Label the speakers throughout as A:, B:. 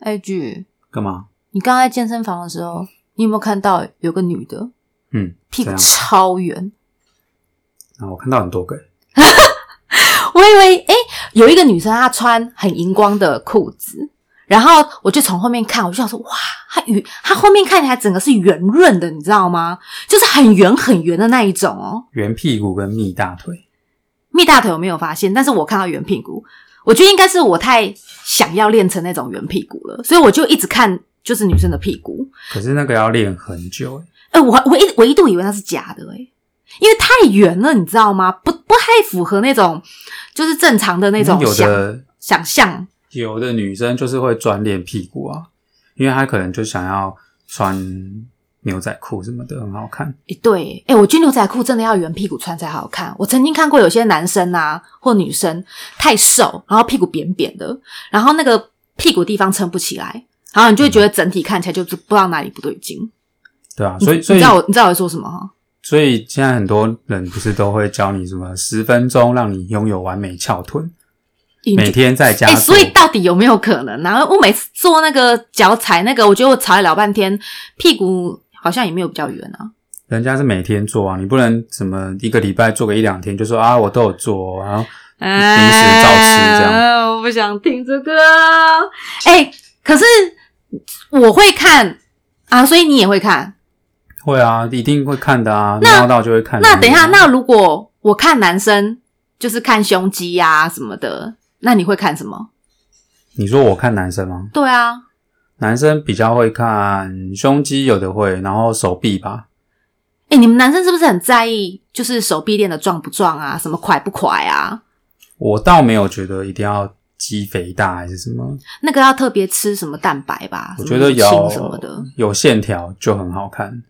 A: 哎举，
B: 干嘛？
A: 你刚在健身房的时候，你有没有看到有个女的
B: 嗯，
A: 屁股
B: 这样
A: 超圆？
B: 啊，我看到很多个，
A: 我以为诶、有一个女生她穿很荧光的裤子，然后我就从后面看，我就想说哇，她圆，她后面看起来整个是圆润的，你知道吗？就是很圆很圆的那一种哦。
B: 圆屁股跟蜜大腿，
A: 蜜大腿我没有发现，但是我看到圆屁股，我觉得应该是我太想要练成那种圆屁股了，所以我就一直看就是女生的屁股。
B: 可是那个要练很久欸，
A: 哎、我我一我一度以为它是假的、诶因为太圆了，你知道吗？不不太符合那种就是正常的那种
B: 有
A: 想
B: 的
A: 想象。
B: 有的女生就是会专练屁股啊，因为她可能就想要穿牛仔裤什么的，很好看。
A: 诶对，哎、我觉得牛仔裤真的要圆屁股穿才好看。我曾经看过有些男生啊或女生太瘦，然后屁股扁扁的，然后那个屁股地方撑不起来，然后你就会觉得整体看起来就是不知道哪里不对劲。
B: 对啊，所以
A: 你嗯
B: 所
A: 你
B: 以
A: 知道我你知道我在说什么哈？
B: 所以现在很多人不是都会教你什么十分钟让你拥有完美翘臀，
A: 你
B: 每天在家
A: 哎、
B: 做。
A: 所以到底有没有可能呢、啊？我每次做那个脚踩那个，我觉得我踩了老半天，屁股好像也没有比较圆啊。
B: 人家是每天做啊，你不能什么一个礼拜做个一两天就说啊我都有做、哦，然后平时照吃这样
A: 哎我不想听这个。哎、可是我会看啊，所以你也会看。
B: 会啊，一定会看的啊，瞄到就会看的。
A: 那等一下，那如果我看男生，就是看胸肌呀、什么的，那你会看什么？
B: 嗯你说我看男生吗？
A: 对啊，
B: 男生比较会看胸肌，有的会，然后手臂吧。
A: 哎、你们男生是不是很在意，就是手臂练的壮不壮啊，什么快不快啊？
B: 我倒没有觉得一定要肌肥大还是什么，
A: 那个要特别吃什么蛋白吧？
B: 我
A: 什么
B: 觉得
A: 乳清
B: 有
A: 什么的。
B: 有线条就很好看。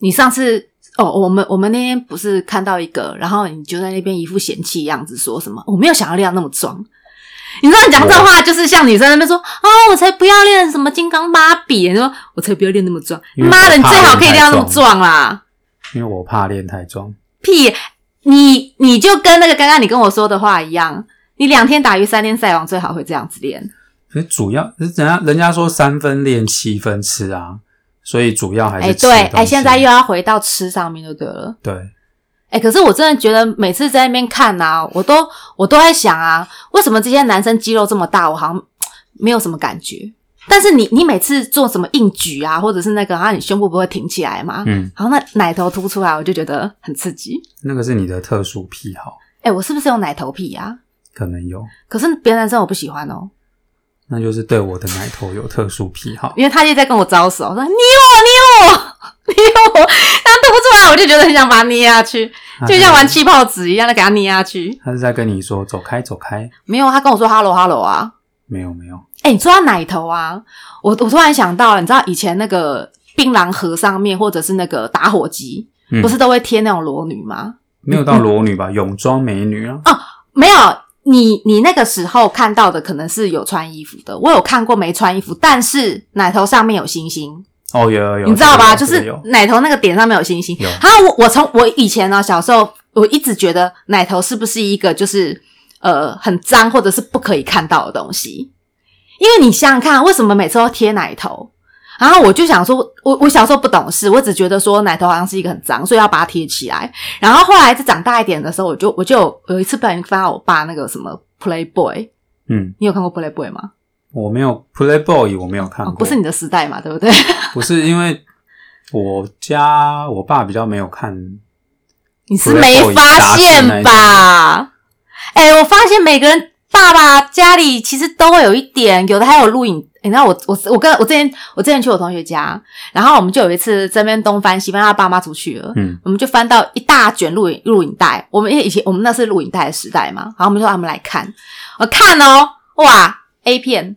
A: 你上次哦，我们我们那天不是看到一个，然后你就在那边一副嫌弃样子，说什么我没有想要练到那么壮。你知道你讲这种话，就是像女生在那边说啊、我才不要练什么金刚芭比，你说我才不要练那么壮，
B: 因为我
A: 妈的，你
B: 怕
A: 最好
B: 练
A: 可以
B: 太
A: 练到那么
B: 壮
A: 壮啦。
B: 因为我怕练太壮，
A: 屁！你你就跟那个刚刚你跟我说的话一样，你两天打鱼三天晒网，最好会这样子练。
B: 可是主要人家人家说三分练七分吃啊，所以主要还
A: 哎、
B: 是吃
A: 对，
B: 东
A: 哎、
B: 西
A: 现在又要回到吃上面就对了。
B: 对，
A: 哎、可是我真的觉得每次在那边看啊，我都我都在想啊，为什么这些男生肌肉这么大，我好像没有什么感觉。但是你你每次做什么硬举啊，或者是那个啊，你胸部不会挺起来吗？
B: 嗯，
A: 然后那奶头凸出来，我就觉得很刺激。
B: 那个是你的特殊癖好，
A: 哎、我是不是有奶头癖啊？
B: 可能有，
A: 可是别的男生我不喜欢哦。
B: 那就是对我的奶头有特殊癖好。
A: 因为他就在跟我招手，说捏我，捏我，捏我，他吐不出来，我就觉得很想把他捏下去，
B: 啊
A: 就像玩气泡纸一样的给他捏下去。
B: 他是在跟你说走开走开，
A: 没有，他跟我说 “hello hello” 啊，
B: 没有没有，
A: 哎、你说到奶头啊，我我突然想到了，你知道以前那个槟榔盒上面或者是那个打火机，
B: 嗯
A: 不是都会贴那种裸女吗？
B: 没有到裸女吧， 泳装美女啊，
A: 哦没有，你你那个时候看到的可能是有穿衣服的，我有看过没穿衣服，但是奶头上面有星星。
B: 哦，有有有，
A: 你知道吧？就
B: 这个有
A: 是奶头那个点上面有星星
B: 有。
A: 还有我，我从我以前呢、小时候我一直觉得奶头是不是一个就是呃很脏或者是不可以看到的东西？因为你想想看，为什么每次都贴奶头？然后我就想说，我我小时候不懂事，我只觉得说奶头好像是一个很脏，所以要把它贴起来。然后后来在长大一点的时候，我就我就有有一次不小心翻到我爸那个什么 Playboy，
B: 有嗯，
A: 你有看过 Playboy 吗？
B: 我没有 Playboy，我没有看
A: 哦
B: 过，
A: 不是你的时代嘛，对不对？
B: 不是因为我家我爸比较没有看，
A: 你是没发现吧？哎、我发现每个人爸爸家里其实都会有一点，有的还有录影。你知道我我我跟我之前我之前去我同学家，然后我们就有一次这边东翻西翻，他爸妈出去了，
B: 嗯，
A: 我们就翻到一大卷录影录影带。我们因为以前我们那是录影带的时代嘛，然后我们就让他们来看，我看哦，哇，A 片，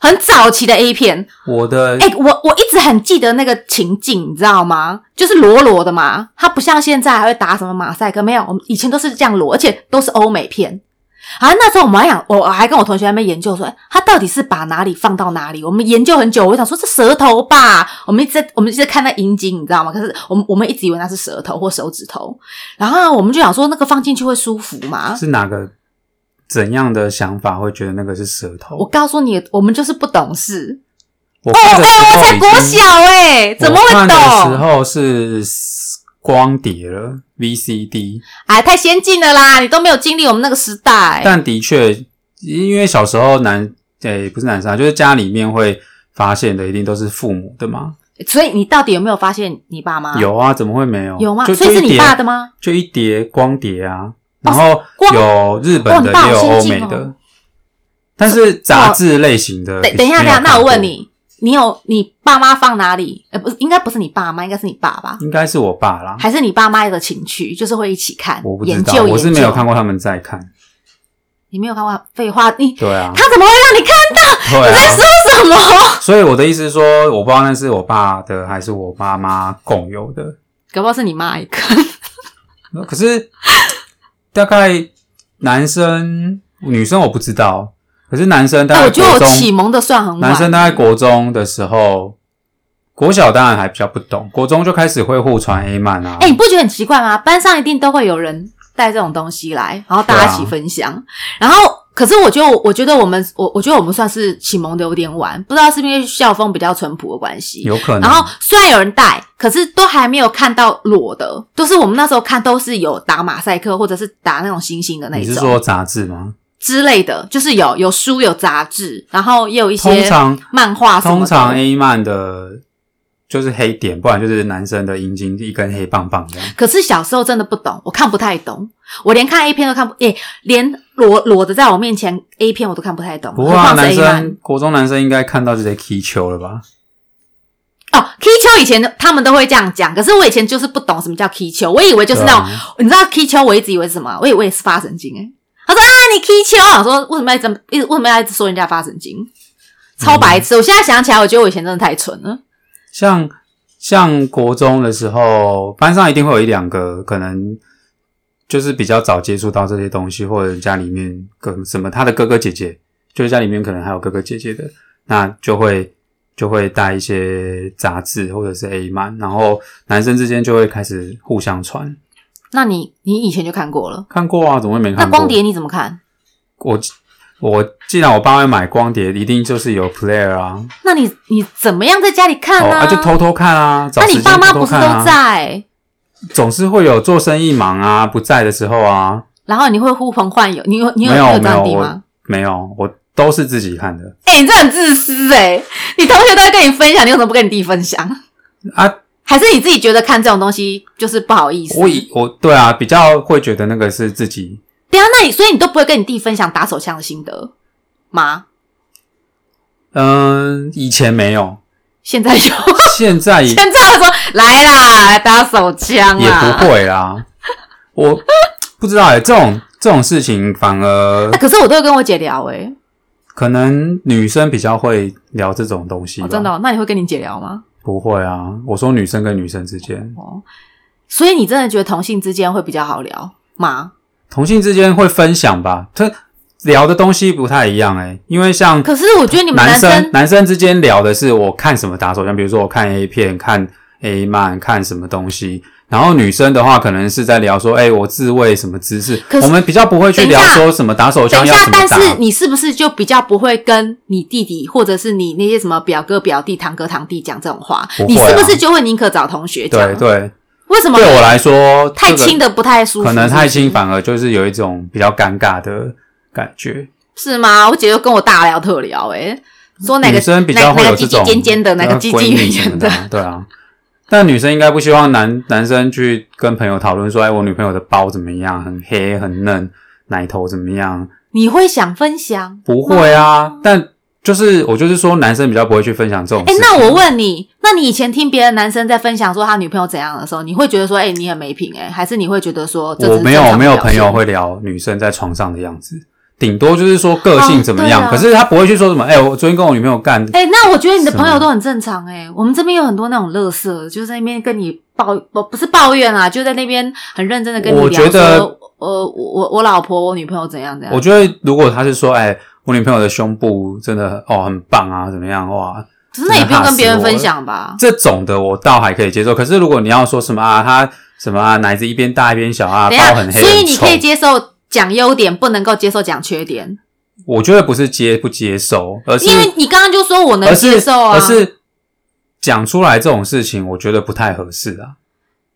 A: 很早期的 A 片，
B: 我的、
A: 哎、我我一直很记得那个情景，你知道吗？就是裸裸的嘛，它不像现在还会打什么马赛克，没有，我们以前都是这样裸，而且都是欧美片。啊，那时候我们还想，我还跟我同学在那边研究说，哎他到底是把哪里放到哪里？我们研究很久，我想说这舌头吧，我们一直在我们一直在看那阴茎，你知道吗？可是我们我们一直以为那是哎舌头或手指头，然后我们就想说那个放进去会舒服吗？
B: 是哪个怎样的想法会觉得那个是舌头？
A: 我告诉你，我们就是不懂事。
B: 我
A: 哦，
B: 看的时
A: 哎、
B: 候
A: 我才
B: 已
A: 国
B: 经
A: 小哎、怎么
B: 我
A: 会
B: 看的时
A: 懂？
B: 候是光碟了 VCD，
A: 哎，太先进了啦，你都没有经历我们那个时代。
B: 但的确，因为小时候男诶、不是男生啊，就是家里面会发现的，一定都是父母的嘛。
A: 所以你到底有没有发现你爸妈？
B: 有啊，怎么会没有？
A: 有吗？
B: 就
A: 所以是
B: 就一
A: 你
B: 叠
A: 爸的吗？哦
B: 就一叠光碟啊，然后
A: 光
B: 有日本的，
A: 哇你爸
B: 也有
A: 好
B: 欧
A: 先
B: 美
A: 进哦
B: 的。但是杂志类型的，
A: 等等一下，等
B: 呃没
A: 一
B: 有
A: 下，那我
B: 看
A: 问
B: 过，
A: 你，你有你爸妈放哪里？呃，不是，应该不是你爸妈，应该是你爸吧？
B: 应该是我爸啦，
A: 还是你爸妈的情趣，就是会一起看
B: 我不知
A: 研
B: 道，
A: 究
B: 我是没有看
A: 过，
B: 过他们在看，
A: 你没有看过？废话，你
B: 对 啊，
A: 他怎么会让你看
B: 对啊，
A: 什么？
B: 所以我的意思是说，我不知道那是我爸的还是我爸妈共有的，
A: 搞不好是你妈一个。
B: 可 是大概男生女生我不知道，可是男生大
A: 但
B: 概
A: 哎我觉得
B: 国
A: 我启
B: 中，
A: 蒙的算很晚，
B: 男生大概国中的时候，国小当然还比较不懂，国中就开始会互传 A 漫啊，
A: 哎、你不觉得很奇怪吗？班上一定都会有人带这种东西来，然后大
B: 对
A: 家
B: 啊
A: 一起分享。然后，可是我觉得我，我觉得我们，我我觉得我们算是启蒙的有点晚，不知道是不是因为校风比较淳朴的关系。
B: 有可能，
A: 然后虽然有人带，可是都还没有看到裸的，就是我们那时候看都是有打马赛克或者是打那种星星的那
B: 你
A: 一
B: 是
A: 种
B: 说杂志吗？
A: 之类的，就是有有书有杂志，然后也有一
B: 通
A: 些
B: 常
A: 漫画什么的。
B: 通常 A 漫的就是黑点，不然就是男生的阴茎一根黑棒棒这样。
A: 可是小时候真的不懂，我看不太懂，我连看 A 片都看不，诶、连裸裸的在我面前 A 片我都看不太懂，
B: 不
A: 何
B: 过、啊、
A: 况是
B: 男
A: A 漫
B: 生国中男生应该看到这些踢球了吧？
A: 哦。K 球以前他们都会这样讲，可是我以前就是不懂什么叫 K 球，我以为就是那种，
B: 对啊
A: 你知道 K 球我一直以为是什么？我以为是发神经诶、他说啊，你 K 球，我想说为什么要这么，一直为什么要一直说人家发神经？超白
B: 嗯
A: 痴！我现在想起来，我觉得我以前真的太蠢了。
B: 像像国中的时候，班上一定会有一两个可能就是比较早接触到这些东西，或者家里面跟什么他的哥哥姐姐，就是家里面可能还有哥哥姐姐的，那就会就会带一些杂志或者是 A 漫，然后男生之间就会开始互相传。
A: 那你你以前就看过了，
B: 看过啊，怎么会没看过？
A: 那光碟你怎么看？
B: 我我既然我爸会买光碟，一定就是有 player 啊，
A: 那你你怎么样在家里看
B: 哦
A: 呢、
B: 啊就偷偷看啊，找
A: 那你
B: 时间
A: 爸妈不
B: 偷偷
A: 是
B: 看啊
A: 都在？
B: 总是会有做生意忙啊，不在的时候啊，
A: 然后你会呼朋唤友，你有你有
B: 没有
A: 有这
B: 没
A: 样
B: 有
A: 低
B: 我
A: 吗？
B: 没有，我都是自己看的
A: 哎、你这很自私哎、你同学都会跟你分享，你为什么不跟你弟分享？
B: 啊。
A: 还是你自己觉得看这种东西就是不好意思？
B: 我以我对啊，比较会觉得那个是自己，
A: 对啊，那你所以你都不会跟你弟分享打手枪的心得吗？
B: 嗯、以前没有，
A: 现 在有，现
B: 现在也
A: 在会说来啦，来打手枪啊
B: 也
A: 啦。
B: 不会啦。我不知道哎、这种这种事情反而
A: 那可是我都会跟我姐聊哎、
B: 可能女生比较会聊这种东西吧、
A: 哦真的、哦，那你会跟你姐聊吗？
B: 不会啊，我说女生跟女生之间，
A: 哦，所以你真的觉得同性之间会比较好聊吗？
B: 同性之间会分享吧，他聊的东西不太一样诶、欸因为像
A: 可是我觉得你们
B: 男
A: 生
B: 生男生之间聊的是我看什么打手枪，比如说我看 A 片、看 A 漫、看什么东西，然后女生的话可能是在聊说，哎、我自慰什么姿势
A: 可，是
B: 我们比较不会去
A: 等一
B: 聊
A: 下
B: 说什么打手
A: 等
B: 枪
A: 一
B: 要
A: 下
B: 怎，么
A: 但
B: 打。
A: 是你是不是就比较不会跟你弟弟或者是你那些什么表哥、表弟、堂哥、堂弟讲这种话？
B: 不会啊
A: 你是不是就会宁可找同学讲？
B: 对对，
A: 为什么
B: 对我来说，
A: 太
B: 这个
A: 亲的不太舒服？
B: 可能太亲
A: 是不
B: 反而就是有一种比较尴尬的感觉。
A: 是是吗？我姐就跟我大聊特聊、欸，说哪个
B: 女生比较
A: 哪
B: 会
A: 哪
B: 有
A: 个
B: 这
A: 鸡
B: 种呃
A: 鸡尖尖的，哪个鸡鸡
B: 闺蜜
A: 圆
B: 什么
A: 圆
B: 的
A: 的，
B: 啊，对啊。但女生应该不希望男男生去跟朋友讨论说，哎，我女朋友的包怎么样，很黑很嫩，奶头怎么样？
A: 你会想分享？
B: 不会啊，但就是我就是说，男生比较不会去分享这种
A: 嗯哎、
B: 事情。啊
A: 那我问你，那你以前听别的男生在分享说他女朋友怎样的时候，你会觉得说，哎、你很没品、欸，哎，还是你会觉得说，这只
B: 我
A: 是
B: 没
A: 正
B: 有
A: 常
B: 没有
A: 表
B: 朋友
A: 现
B: 会聊女生在床上的样子，顶多就是说个性怎么样，
A: 哦对啊
B: 可是他不会去说什么，哎，我昨天跟我女朋友干，
A: 哎、那我觉得你的
B: 什么
A: 朋友都很正常哎、我们这边有很多那种乐色，就在那边跟你抱，不不是抱怨啊，就在那边很认真的跟你聊
B: 我觉得
A: 说呃，我我我老婆、我女朋友怎样怎
B: 我
A: 样，
B: 觉得如果他是说，哎，我女朋友的胸部真的哦很棒啊，怎么样哇，
A: 可是那也不用跟别人分享吧？
B: 这种的我倒还可以接受，可是如果你要说什么啊，他什么啊，奶子一边大一边小啊，
A: 等一
B: 包
A: 下，
B: 很黑，
A: 所以你可以
B: 很臭
A: 接受讲优点，不能够接受讲缺点，
B: 我觉得不是接不接受，而是
A: 因为你刚刚就说我能
B: 而
A: 接
B: 是
A: 受啊，
B: 而是讲出来这种事情，我觉得不太合适啊，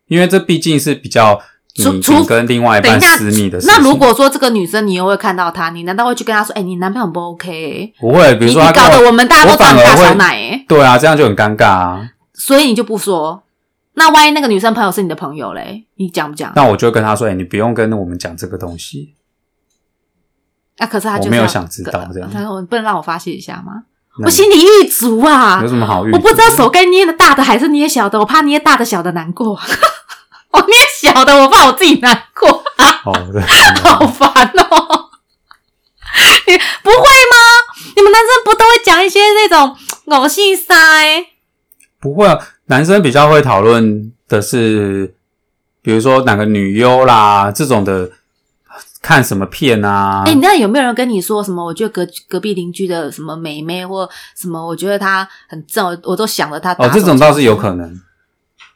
B: 因为这毕竟是比较
A: 除
B: 你
A: 除
B: 你跟另外一
A: 等一
B: 半
A: 下
B: 私密的事情。
A: 那如果说这个女生你又会看到她，你难道会去跟她说，哎、你男朋友很不 OK？、欸、
B: 不会，比
A: 你你
B: 如说他
A: 搞
B: 跟
A: 得
B: 我
A: 我们大家都
B: 我
A: 当
B: 反而
A: 大
B: 会
A: 小奶、欸，
B: 对啊，这样就很尴尬啊。
A: 所以你就不说。那万一那个女生朋友是你的朋友嘞，你讲不讲？
B: 那我就跟他说：“哎、你不用跟我们讲这个东西。
A: 啊，可是她就是
B: 我没有
A: 要
B: 想知道
A: 可
B: 这样
A: 她说你不能让我发泄一下吗？
B: 那
A: 我心里狱卒啊
B: 有，什么好预？
A: 我不知道手该捏的大的还是捏小的，我怕捏大的小的难过。 我捏小的，我怕我自己难过，
B: 哦， 对，
A: 好烦哦。 你不会吗？你们男生不都会讲一些那种偶性塞？
B: 不会啊。男生比较会讨论的是，比如说哪个女优啦这种的，看什么片啊。
A: 哎、你那有没有人跟你说什么？我觉得隔隔壁邻居的什么美眉或什么，我觉得她很正，我我都想了她。
B: 哦，这种倒是有。可能。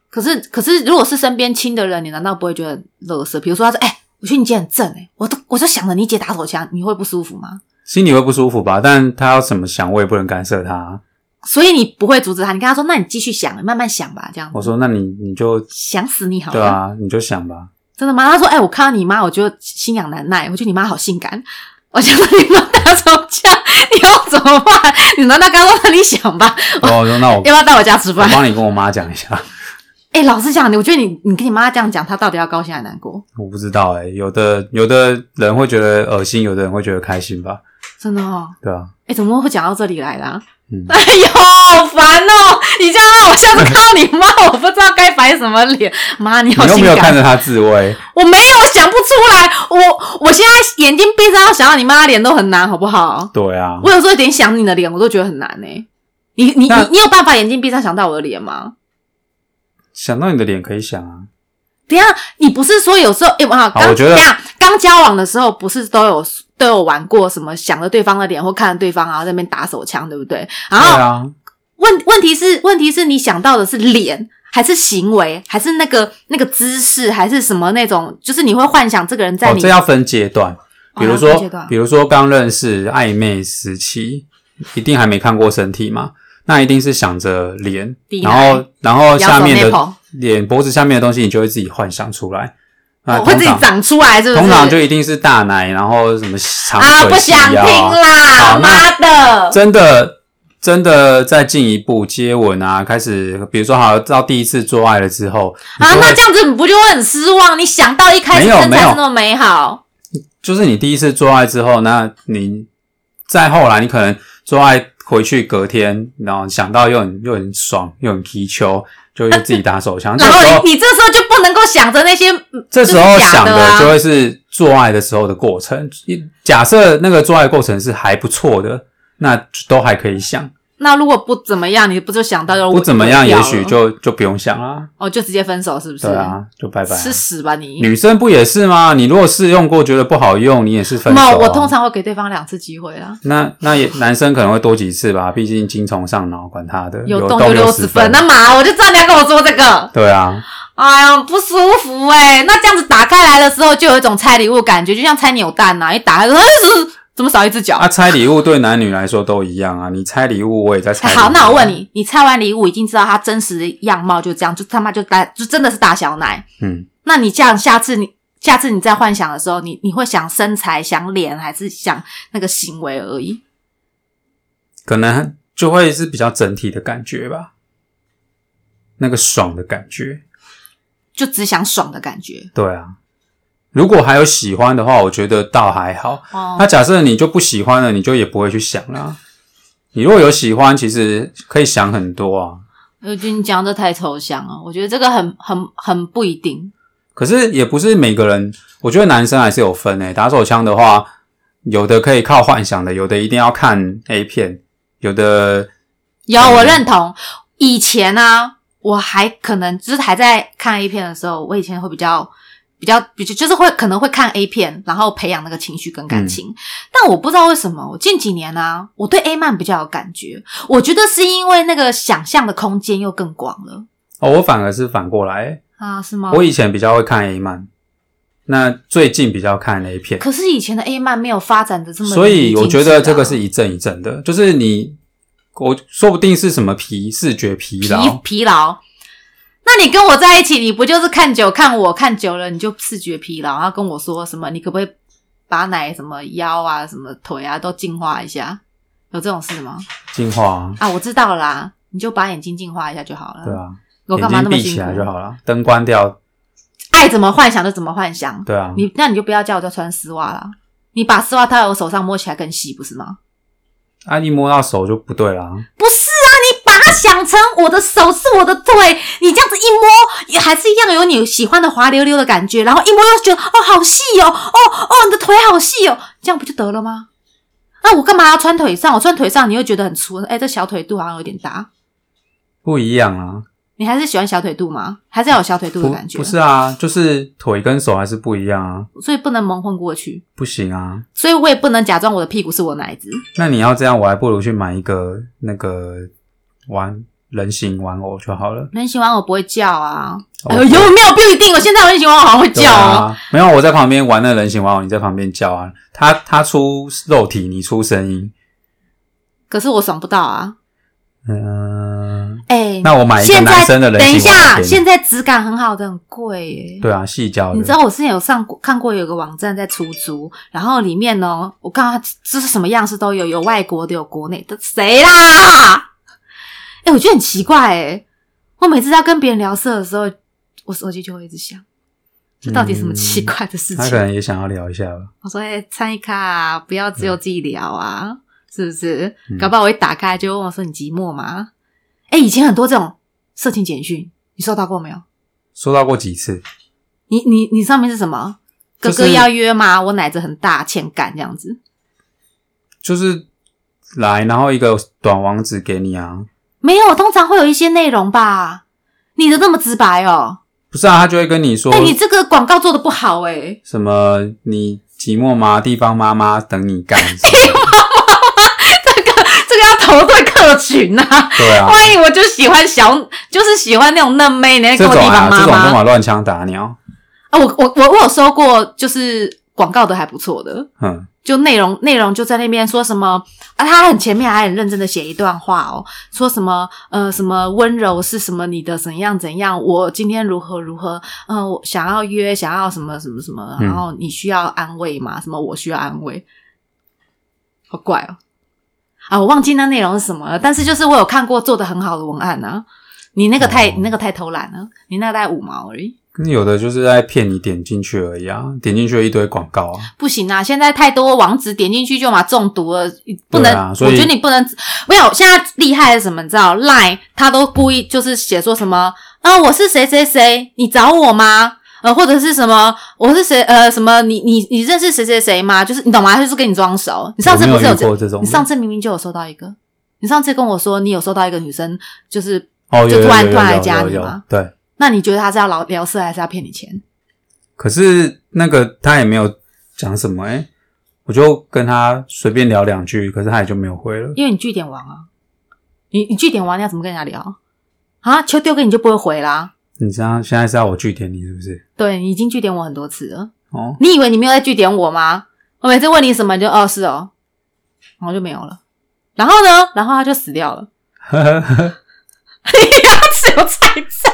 A: 可是可是，如果是身边亲的人，你难道不会觉得乐色？比如说他说：“哎、我觉得你姐很正、哎，我都我就想着你姐打手枪，你会不舒服吗？”
B: 心里会不舒服吧？但他要怎么想，我也不能干涉
A: 哦
B: 他。
A: 所以你不会阻止他，你跟他说：“那你继续想，慢慢想吧。”这样子
B: 我说：“那你你就
A: 想死你好了。
B: 对啊，你就想吧。
A: 真的吗？他说：“哎、我看到你妈，我就心痒难耐，我觉得你妈好性感，我想到你妈打手枪，你要怎么办？你难道跟他说那你想吧？”
B: 然啊后我说：“那我
A: 哦要不要到我家吃
B: 我
A: 饭？
B: 帮你跟我妈讲一下。
A: 哎、老实讲，你我觉得你你跟你妈这样讲，她到底要高兴还是难过？”
B: 我不知道哎、有的有的人会觉得恶心，有的人会觉得开心吧？
A: 真的哦，
B: 对啊，
A: 哎、怎么会讲到这里来啦、
B: 嗯
A: 哎呦，好烦哦！你这样让我下次看到你妈， 我不知道该摆什么脸。妈，你好
B: 你又
A: 性
B: 没有
A: 感。
B: 看着他自慰，
A: 我没有，我想不出来。我我现在眼睛闭上，要想到你妈的脸都很难，好不好？
B: 对啊，
A: 我有时候连想你的脸，我都觉得很难呢、你你
B: 那
A: 你你有办法眼睛闭上想到我的脸吗？
B: 想到你的脸可以想啊，
A: 等一下，你不是说有时候哎，我、好
B: 好我
A: 刚
B: 觉得
A: 等一下刚交往的时候，不是都有都有玩过什么想着对方的脸或看着对方，啊然后在那边打手枪，对不对？然后
B: 对啊，
A: 问问题是问题是你想到的是脸，还是行为，还是那个那个姿势，还是什么那种？就是你会幻想这个人在
B: 哦，
A: 你
B: 这要分阶段，
A: 哦
B: 比如
A: 要
B: 说
A: 分阶段，
B: 比如说刚认识暧昧时期，一定还没看过身体嘛，那一定是想着脸
A: 第，一
B: 然后然后下面
A: 摇手内捧
B: 的脸脖子下面的东西，你就会自己幻想出来，那
A: 哦会
B: 啊
A: 自
B: 通
A: 己
B: 常
A: 长出来，是不是？
B: 通常就一定是大奶，然后什么长
A: 啊，
B: 腿
A: 不
B: 细
A: 想听
B: 腰啊
A: 啦，
B: 好那
A: 妈的！
B: 真的真的再进一步接吻啊，开始比如说好到第一次做爱了之后，你
A: 啊
B: 就，会
A: 那这样子你不就会很失望？你想到一开始
B: 没有
A: 真
B: 没
A: 才
B: 有
A: 是那么美好，
B: 就是你第一次做爱之后，那你再后来你可能做爱回去隔天，然后想到又很又很爽又很踢球，就又自己打 手枪，这
A: 然后
B: 时候
A: 你你这时候就不能够想着那些，嗯
B: 这时候
A: 就是假
B: 想
A: 的啊
B: 的就会是做爱的时候的过程。假设那个做爱的过程是还不错的，那都还可以想。
A: 那如果不怎么样，你不就想到就
B: 不怎么样，
A: 哦就掉
B: 也
A: 了
B: 许就就不用想啦。
A: 哦就直接分手，是不是？
B: 对啊，就拜拜啊。
A: 吃屎吧你！
B: 女生不也是吗？你如果试用过觉得不好用，你也是分手、
A: 没
B: 啊。
A: 有，我通常会给对方两次机会啊啦，
B: 那那也男生可能会多几次吧，毕竟精虫上脑，管他的，有
A: 动就
B: 六
A: 六
B: 十
A: 十分。那妈，我就知道你要跟我说这个，
B: 对啊，
A: 哎呀，不舒服哎、那这样子打开来的时候，就有一种拆礼物的感觉，就像拆扭蛋啊呐、一打开就，嗯怎么少一只脚？
B: 啊，拆礼物对男女来说都一样啊，你拆礼物，我也在拆
A: 哎
B: 礼物。啊
A: 好，那我问你，你拆完礼物已经知道他真实的样貌就这样，就他妈就大，就真的是大小奶。
B: 嗯，
A: 那你这样，下次你下次你在幻想的时候，你你会想身材、想脸，还是想那个行为而已？
B: 可能就会是比较整体的感觉吧，那个爽的感觉。
A: 就只想爽的感觉
B: 对啊，如果还有喜欢的话，我觉得倒还好。
A: 哦
B: 那。假设你就不喜欢了，你就也不会去想啦。你如果有喜欢，其实可以想很多啊。
A: 我觉得你讲的太抽象了，我觉得这个很很很不一定。
B: 可是也不是每个人，我觉得男生还是有分诶、打手枪的话，有的可以靠幻想的，有的一定要看 A 片，有的
A: 有，我认同。以前呢、我还可能就是还在看 A 片的时候，我以前会比较比较比较，就是会可能会看 A 片，然后培养那个情绪跟感
B: 嗯
A: 情。但我不知道为什么，我近几年呢、我对 A 漫比较有感觉。我觉得是因为那个想象的空间又更广了
B: 哦，我反而是反过来欸、
A: 啊，是吗？
B: 我以前比较会看 A 漫，那最近比较看 A 片，
A: 可是以前的 A 漫没有发展的啊这么、
B: 所以我觉得这个是一阵一阵的，就是你，我说不定是什么疲视觉疲
A: 疲
B: 劳，
A: 疲劳。那你跟我在一起，你不就是看久看我看久了，你就视觉疲劳，然后跟我说什么？你可不可以把奶什么腰啊、什么腿啊都净化一下？有这种事吗？
B: 进化，
A: 啊，我知道了啦，你就把眼睛净化一下就好了。
B: 对，啊，
A: 我
B: 眼
A: 干嘛那
B: 睛
A: 么
B: 闭
A: 辛
B: 起来
A: 苦
B: 就？好了，灯关掉，
A: 爱怎么幻想就怎么幻想。
B: 对啊，
A: 你那你就不要叫我再穿丝袜啦，你把丝袜套在我手上摸起来更细，不是吗？
B: 啊一摸到手就不对啦，
A: 不是啊，你把它想成我的手是我的腿，你这样子一摸，也还是一样有你喜欢的滑溜溜的感觉，然后一摸又觉得哦好细哦，哦哦你的腿好细哦，这样不就得了吗？那、我干嘛要穿腿上？我穿腿上你又觉得很粗，哎，这小腿肚好像有点大。
B: 不一样啊，
A: 你还是喜欢小腿肚吗？还是要有小腿肚的
B: 不
A: 感觉？
B: 不是啊，就是腿跟手还是不一样啊，
A: 所以不能蒙混过去，
B: 不行啊，
A: 所以我也不能假装我的屁股是我的奶子。
B: 那你要这样，我还不如去买一个那个玩人形玩偶就好了。
A: 人形玩偶不会叫啊，哎呦，
B: 哦
A: 有没有不一定，我现在有人形玩偶好像会
B: 对
A: 叫哦。
B: 啊，没有我在旁边玩那人形玩偶，你在旁边叫啊，他他出肉体，你出声音，
A: 可是我爽不到啊。
B: 嗯，
A: 哎、
B: 那我买一个
A: 现在
B: 男生的人
A: 等一
B: 形玩偶
A: 下，
B: 给你
A: 现在质感很好的很贵耶、
B: 对啊，细胶的，
A: 你知道我之前有上过看过有个网站在出租，然后里面呢，我看到它就是什么样式都有，有外国的，有国内的，谁啦？哎、我觉得很奇怪哎、我每次在跟别人聊色的时候，我手机就会一直响，这到底什么奇怪的事
B: 他
A: 情？
B: 嗯可能也想要聊一下吧。
A: 我说：“哎、参一卡、啊，不要只有自己聊啊，是不是？
B: 嗯
A: 搞不好我一打开就问我说你寂寞吗？哎、以前很多这种色情简讯，你收到过没有？
B: 收到过几次，
A: 你你你上面是什么？哥
B: 就是
A: 哥要约吗？我奶子很大，欠干这样子，
B: 就是来，然后一个短网址给你啊，
A: 没有，通常会有一些内容吧。你的那么直白哦，
B: 不是啊，他就会跟你说
A: 哎、你这个广告做的不好哎、
B: 什么，你寂寞吗？地方妈妈等你干， 什
A: 哎
B: 么的
A: 这个这个要投对客群啊。
B: 对 啊，
A: 万一我就喜欢小，就是喜欢那种嫩妹，你还
B: 这
A: 跟我
B: 种
A: 地
B: 啊，
A: 方妈
B: 这种
A: 妈
B: 干嘛乱枪打鸟？
A: 啊，我我我我有收过，就是广告的还不错的，
B: 嗯，
A: 就内容内容就在那边说什么啊，他很前面还很认真的写一段话哦，说什么呃什么温柔是什么你的怎样怎样，我今天如何如何，嗯、我想要约想要什么什么什么，
B: 嗯
A: 然后你需要安慰吗？什么我需要安慰，好怪哦。啊，我忘记那内容是什么了，但是就是我有看过做的很好的文案啊，你那个太、
B: 哦
A: 你那个太偷懒了，你那个大概五毛而已。
B: 那有的就是在骗你点进去而已啊，点进去一堆广告啊，
A: 不行啊！现在太多网址点进去就嘛中毒了，不能。
B: 对啊所
A: 我
B: 以
A: 觉得你不能没有。现在厉害的是什么？你知道，Line 他都故意就是写说什么啊，我是谁谁谁，你找我吗？呃，或者是什么，我是谁？呃，什么？你你你认识谁谁谁吗？就是你懂吗？他就是跟你装熟。你上次不
B: 我
A: 是
B: 没有遇
A: 这
B: 过这种的？
A: 你上次明明就有收到一个，你上次跟我说你有收到一个女生，就是
B: 哦，有
A: 就
B: 有
A: 突然
B: 有有
A: 突然来
B: 有
A: 加
B: 有
A: 你
B: 有
A: 吗
B: 对，
A: 那你觉得他是要聊聊色还是要骗你钱？
B: 可是那个他也没有讲什么诶、我就跟他随便聊两句，可是他也就没有回了。
A: 因为你据点王啊，你你据点王，你要怎么跟人家聊啊？球丢给你就不会回啦。
B: 你这样现在是要我据点你是不是？
A: 对你已经据点我很多次了，
B: 哦，
A: 你以为你没有在据点我吗？我每次问你什么，你就哦是哦，然后就没有了。然后呢？然后他就死掉了。你要只有猜测。